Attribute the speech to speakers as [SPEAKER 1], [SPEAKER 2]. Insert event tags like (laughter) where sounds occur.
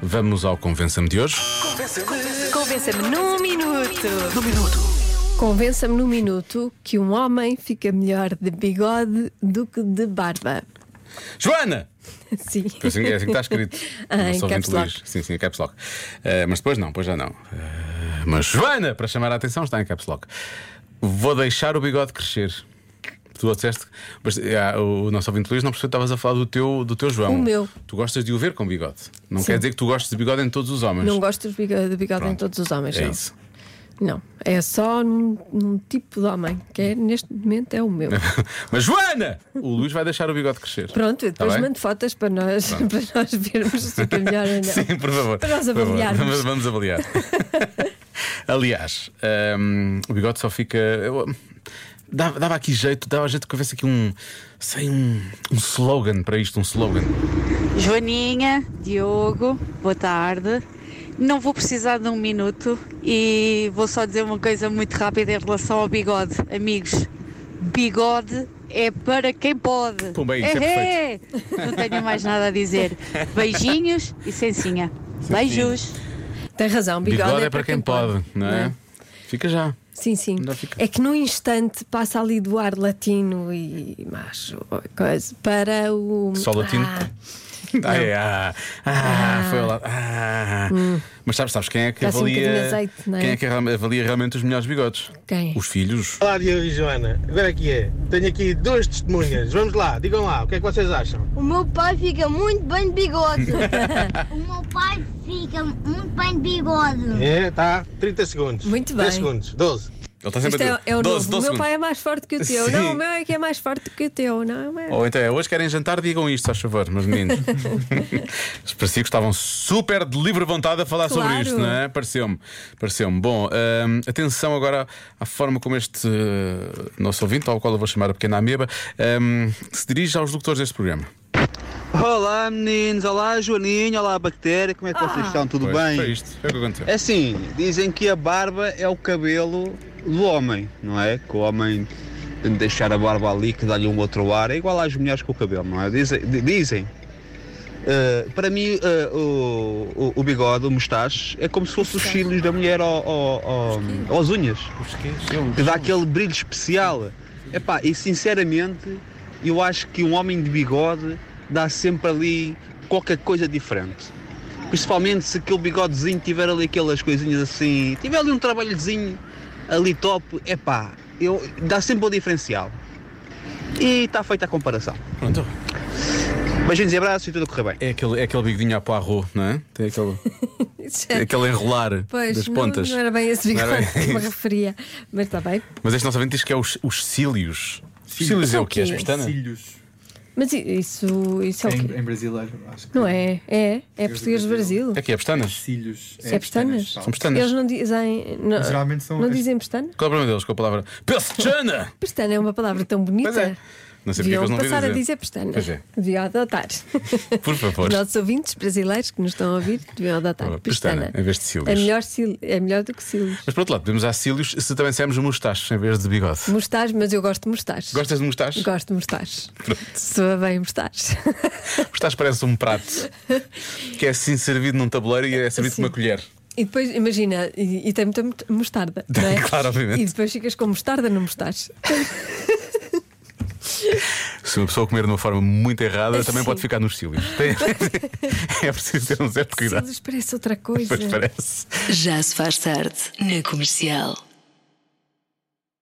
[SPEAKER 1] Vamos ao Convença-me de hoje.
[SPEAKER 2] Convença-me num minuto.
[SPEAKER 3] Convença-me num minuto que um homem fica melhor de bigode do que de barba. (laughs)
[SPEAKER 1] Joana!
[SPEAKER 3] Sim.
[SPEAKER 1] É assim, é assim que está escrito.
[SPEAKER 3] (laughs) Ah,
[SPEAKER 1] Não
[SPEAKER 3] em
[SPEAKER 1] só
[SPEAKER 3] caps
[SPEAKER 1] ouvinte
[SPEAKER 3] lock.
[SPEAKER 1] Luís. Sim, sim, em caps lock. Eh, mas depois não, depois já não. Eh, mas Joana, para chamar a atenção, está em caps lock. Vou deixar o bigode crescer. Tu disseste, mas ah, o nosso ouvinte Luís não percebeu que estavas a falar do teu, do teu João.
[SPEAKER 3] O meu.
[SPEAKER 1] Tu gostas de o ver com bigode. Não
[SPEAKER 3] Sim.
[SPEAKER 1] quer dizer que tu gostes de bigode em todos os homens.
[SPEAKER 3] Não gosto de bigode, de bigode em
[SPEAKER 1] Pronto.
[SPEAKER 3] todos os homens,
[SPEAKER 1] É
[SPEAKER 3] não.
[SPEAKER 1] isso. (laughs)
[SPEAKER 3] Não. É só num, num tipo de homem, que é, neste momento é
[SPEAKER 1] (laughs)
[SPEAKER 3] o meu.
[SPEAKER 1] mas Joana! O Luís vai deixar o bigode crescer.
[SPEAKER 3] Pronto, eu
[SPEAKER 1] Está
[SPEAKER 3] depois
[SPEAKER 1] Tá bem?
[SPEAKER 3] mando fotos para nós, (laughs) para nós vermos se fica melhor ou não.
[SPEAKER 1] Sim, por favor.
[SPEAKER 3] Para nós
[SPEAKER 1] Por favor.
[SPEAKER 3] avaliarmos.
[SPEAKER 1] Vamos, vamos
[SPEAKER 3] (laughs)
[SPEAKER 1] avaliar. Aliás, hum, o bigode só fica. eu- dava, dava aqui jeito, dava jeito que houvesse aqui um. Sei, um, um slogan para isto, um slogan.
[SPEAKER 4] Joaninha, Diogo, boa tarde. Não vou precisar de um minuto e vou só dizer uma coisa muito rápida em relação ao bigode. Amigos, bigode é para quem pode.
[SPEAKER 1] Pumba, isso é
[SPEAKER 4] é Não tenho mais nada
[SPEAKER 1] (laughs)
[SPEAKER 4] a dizer. Beijinhos e sensinha. Beijos.
[SPEAKER 3] Tem razão, bigode,
[SPEAKER 1] é, para quem, pode, não é? Fica já.
[SPEAKER 3] Sim, sim.
[SPEAKER 1] Ainda fica.
[SPEAKER 3] É que num instante passa ali do ar latino e macho coisa, para o.
[SPEAKER 1] Só latino?
[SPEAKER 3] Ah,
[SPEAKER 1] Ai, ah, ah, foi lá. Ah. Mas sabes, sabes quem é que
[SPEAKER 3] Hum. Dá-se um
[SPEAKER 1] avalia.
[SPEAKER 3] bocadinho de azeite, não é?
[SPEAKER 1] Quem é que avalia realmente os melhores bigodes?
[SPEAKER 3] quem?
[SPEAKER 1] Os filhos.
[SPEAKER 5] Olá Diogo e Joana, agora aqui é. Tenho aqui duas testemunhas. Vamos lá, digam lá, o que é que vocês acham?
[SPEAKER 6] O meu pai fica muito bem de bigode. o meu pai fica muito bem de bigode.
[SPEAKER 5] É, tá? 30 segundos.
[SPEAKER 3] Muito
[SPEAKER 5] 10
[SPEAKER 3] bem.
[SPEAKER 5] segundos, 12.
[SPEAKER 1] Ele está
[SPEAKER 3] Isto
[SPEAKER 1] sempre a
[SPEAKER 3] é,
[SPEAKER 1] dizer,
[SPEAKER 3] é o
[SPEAKER 1] 12, 12
[SPEAKER 3] novo. o meu pai
[SPEAKER 1] segundos.
[SPEAKER 3] é mais forte que o teu.
[SPEAKER 1] Sim.
[SPEAKER 3] Não, o meu é que é mais forte que o teu. Não, é?
[SPEAKER 1] Ou então é hoje querem jantar, digam isto, faz favor, meus meninos.
[SPEAKER 3] (laughs)
[SPEAKER 1] Mas Parecia que estavam super de livre vontade a falar sobre
[SPEAKER 3] Claro.
[SPEAKER 1] isto, não é? Pareceu-me. Pareceu-me. Bom, hum, atenção agora à forma como este uh, nosso ouvinte, ao qual eu vou chamar a pequena ameba, hum, se dirige aos locutores deste programa.
[SPEAKER 7] Olá meninos, olá Joaninho, olá Bactéria, como é que vocês estão? Tudo
[SPEAKER 1] Pois, Foi
[SPEAKER 7] bem?
[SPEAKER 1] isto, foi o que aconteceu.
[SPEAKER 7] É assim, dizem que a barba é o cabelo do homem, não é? Que o homem deixar a barba ali, que dá-lhe um outro ar, é igual às mulheres com o cabelo, não é? Dizem. di- dizem. Ah, para mim, ah, o, o- o bigode, o mustache, é como se fosse os cílios da mulher ao, ao- ao- aos unhas, que dá aquele brilho especial. Epá, e sinceramente, eu acho que um homem de bigode dá sempre ali qualquer coisa diferente. Principalmente se aquele bigodezinho tiver ali aquelas coisinhas assim, tiver ali um trabalhozinho ali top, epá, eu, dá sempre um diferencial. E está feita a comparação.
[SPEAKER 1] Pronto.
[SPEAKER 7] Beijinhos e abraços e tudo a correr bem.
[SPEAKER 1] É aquele, é aquele bigodinho à poirot, não é? Tem
[SPEAKER 3] (laughs)
[SPEAKER 1] aquele, tem aquele enrolar
[SPEAKER 3] é, Pois,
[SPEAKER 1] é das
[SPEAKER 3] não,
[SPEAKER 1] pontas.
[SPEAKER 3] não era bem esse
[SPEAKER 1] Não era
[SPEAKER 3] bigode
[SPEAKER 1] bem
[SPEAKER 3] que me referia. Mas está bem.
[SPEAKER 1] Mas este nosso ouvinte diz que é os, os cílios. Cílios é o quê? As
[SPEAKER 3] quê?
[SPEAKER 1] pestanas?
[SPEAKER 8] Cílios
[SPEAKER 3] Mas i- isso, isso é o
[SPEAKER 8] em,
[SPEAKER 3] quê?
[SPEAKER 8] em brasileiro, acho que
[SPEAKER 3] Não é? É? É português do Brasil?
[SPEAKER 1] É que é pestanas?
[SPEAKER 8] Cílios.
[SPEAKER 3] É pestanas?
[SPEAKER 8] pá.
[SPEAKER 1] São pestanas.
[SPEAKER 3] Eles não dizem. Não,
[SPEAKER 8] Geralmente são
[SPEAKER 3] não
[SPEAKER 8] as-
[SPEAKER 3] dizem pestana?
[SPEAKER 1] Qual é o problema deles com a palavra pestana?
[SPEAKER 3] Pestana é uma palavra tão bonita.
[SPEAKER 1] Pois é. Não sei porque é que
[SPEAKER 3] Deviam
[SPEAKER 1] eles não vêm
[SPEAKER 3] passar a
[SPEAKER 1] dizer.
[SPEAKER 3] dizer pestana.
[SPEAKER 1] Pois é.
[SPEAKER 3] Deviam adotar.
[SPEAKER 1] Por favor.
[SPEAKER 3] Os nossos ouvintes brasileiros que nos estão a ouvir deviam adotar.
[SPEAKER 1] Pestana,
[SPEAKER 3] Pestana.
[SPEAKER 1] em vez de cílios.
[SPEAKER 3] É melhor, cil- é melhor do que cílios.
[SPEAKER 1] Mas por outro lado, podemos há cílios se também dissermos mostachos em vez de bigode.
[SPEAKER 3] Mostardes, mas eu gosto de mostardes.
[SPEAKER 1] Gostas de mostachos?
[SPEAKER 3] Gosto de mostardes. Soa bem mostardes.
[SPEAKER 1] Mostachos parece um prato que é assim servido num tabuleiro e é servido
[SPEAKER 3] Sim.
[SPEAKER 1] com uma colher.
[SPEAKER 3] (laughs) E depois, imagina, e, e tem muita mo- mostarda. Não é?
[SPEAKER 1] (laughs) Claro, obviamente.
[SPEAKER 3] E depois ficas com mostarda no mostardes.
[SPEAKER 1] Se uma pessoa comer de uma forma muito errada,
[SPEAKER 3] Sim.
[SPEAKER 1] também pode ficar nos cílios. Tem- (laughs) é preciso ter um certo cuidado.
[SPEAKER 3] Cílios parece outra coisa.
[SPEAKER 1] Pois parece.
[SPEAKER 2] Já se faz tarde na comercial.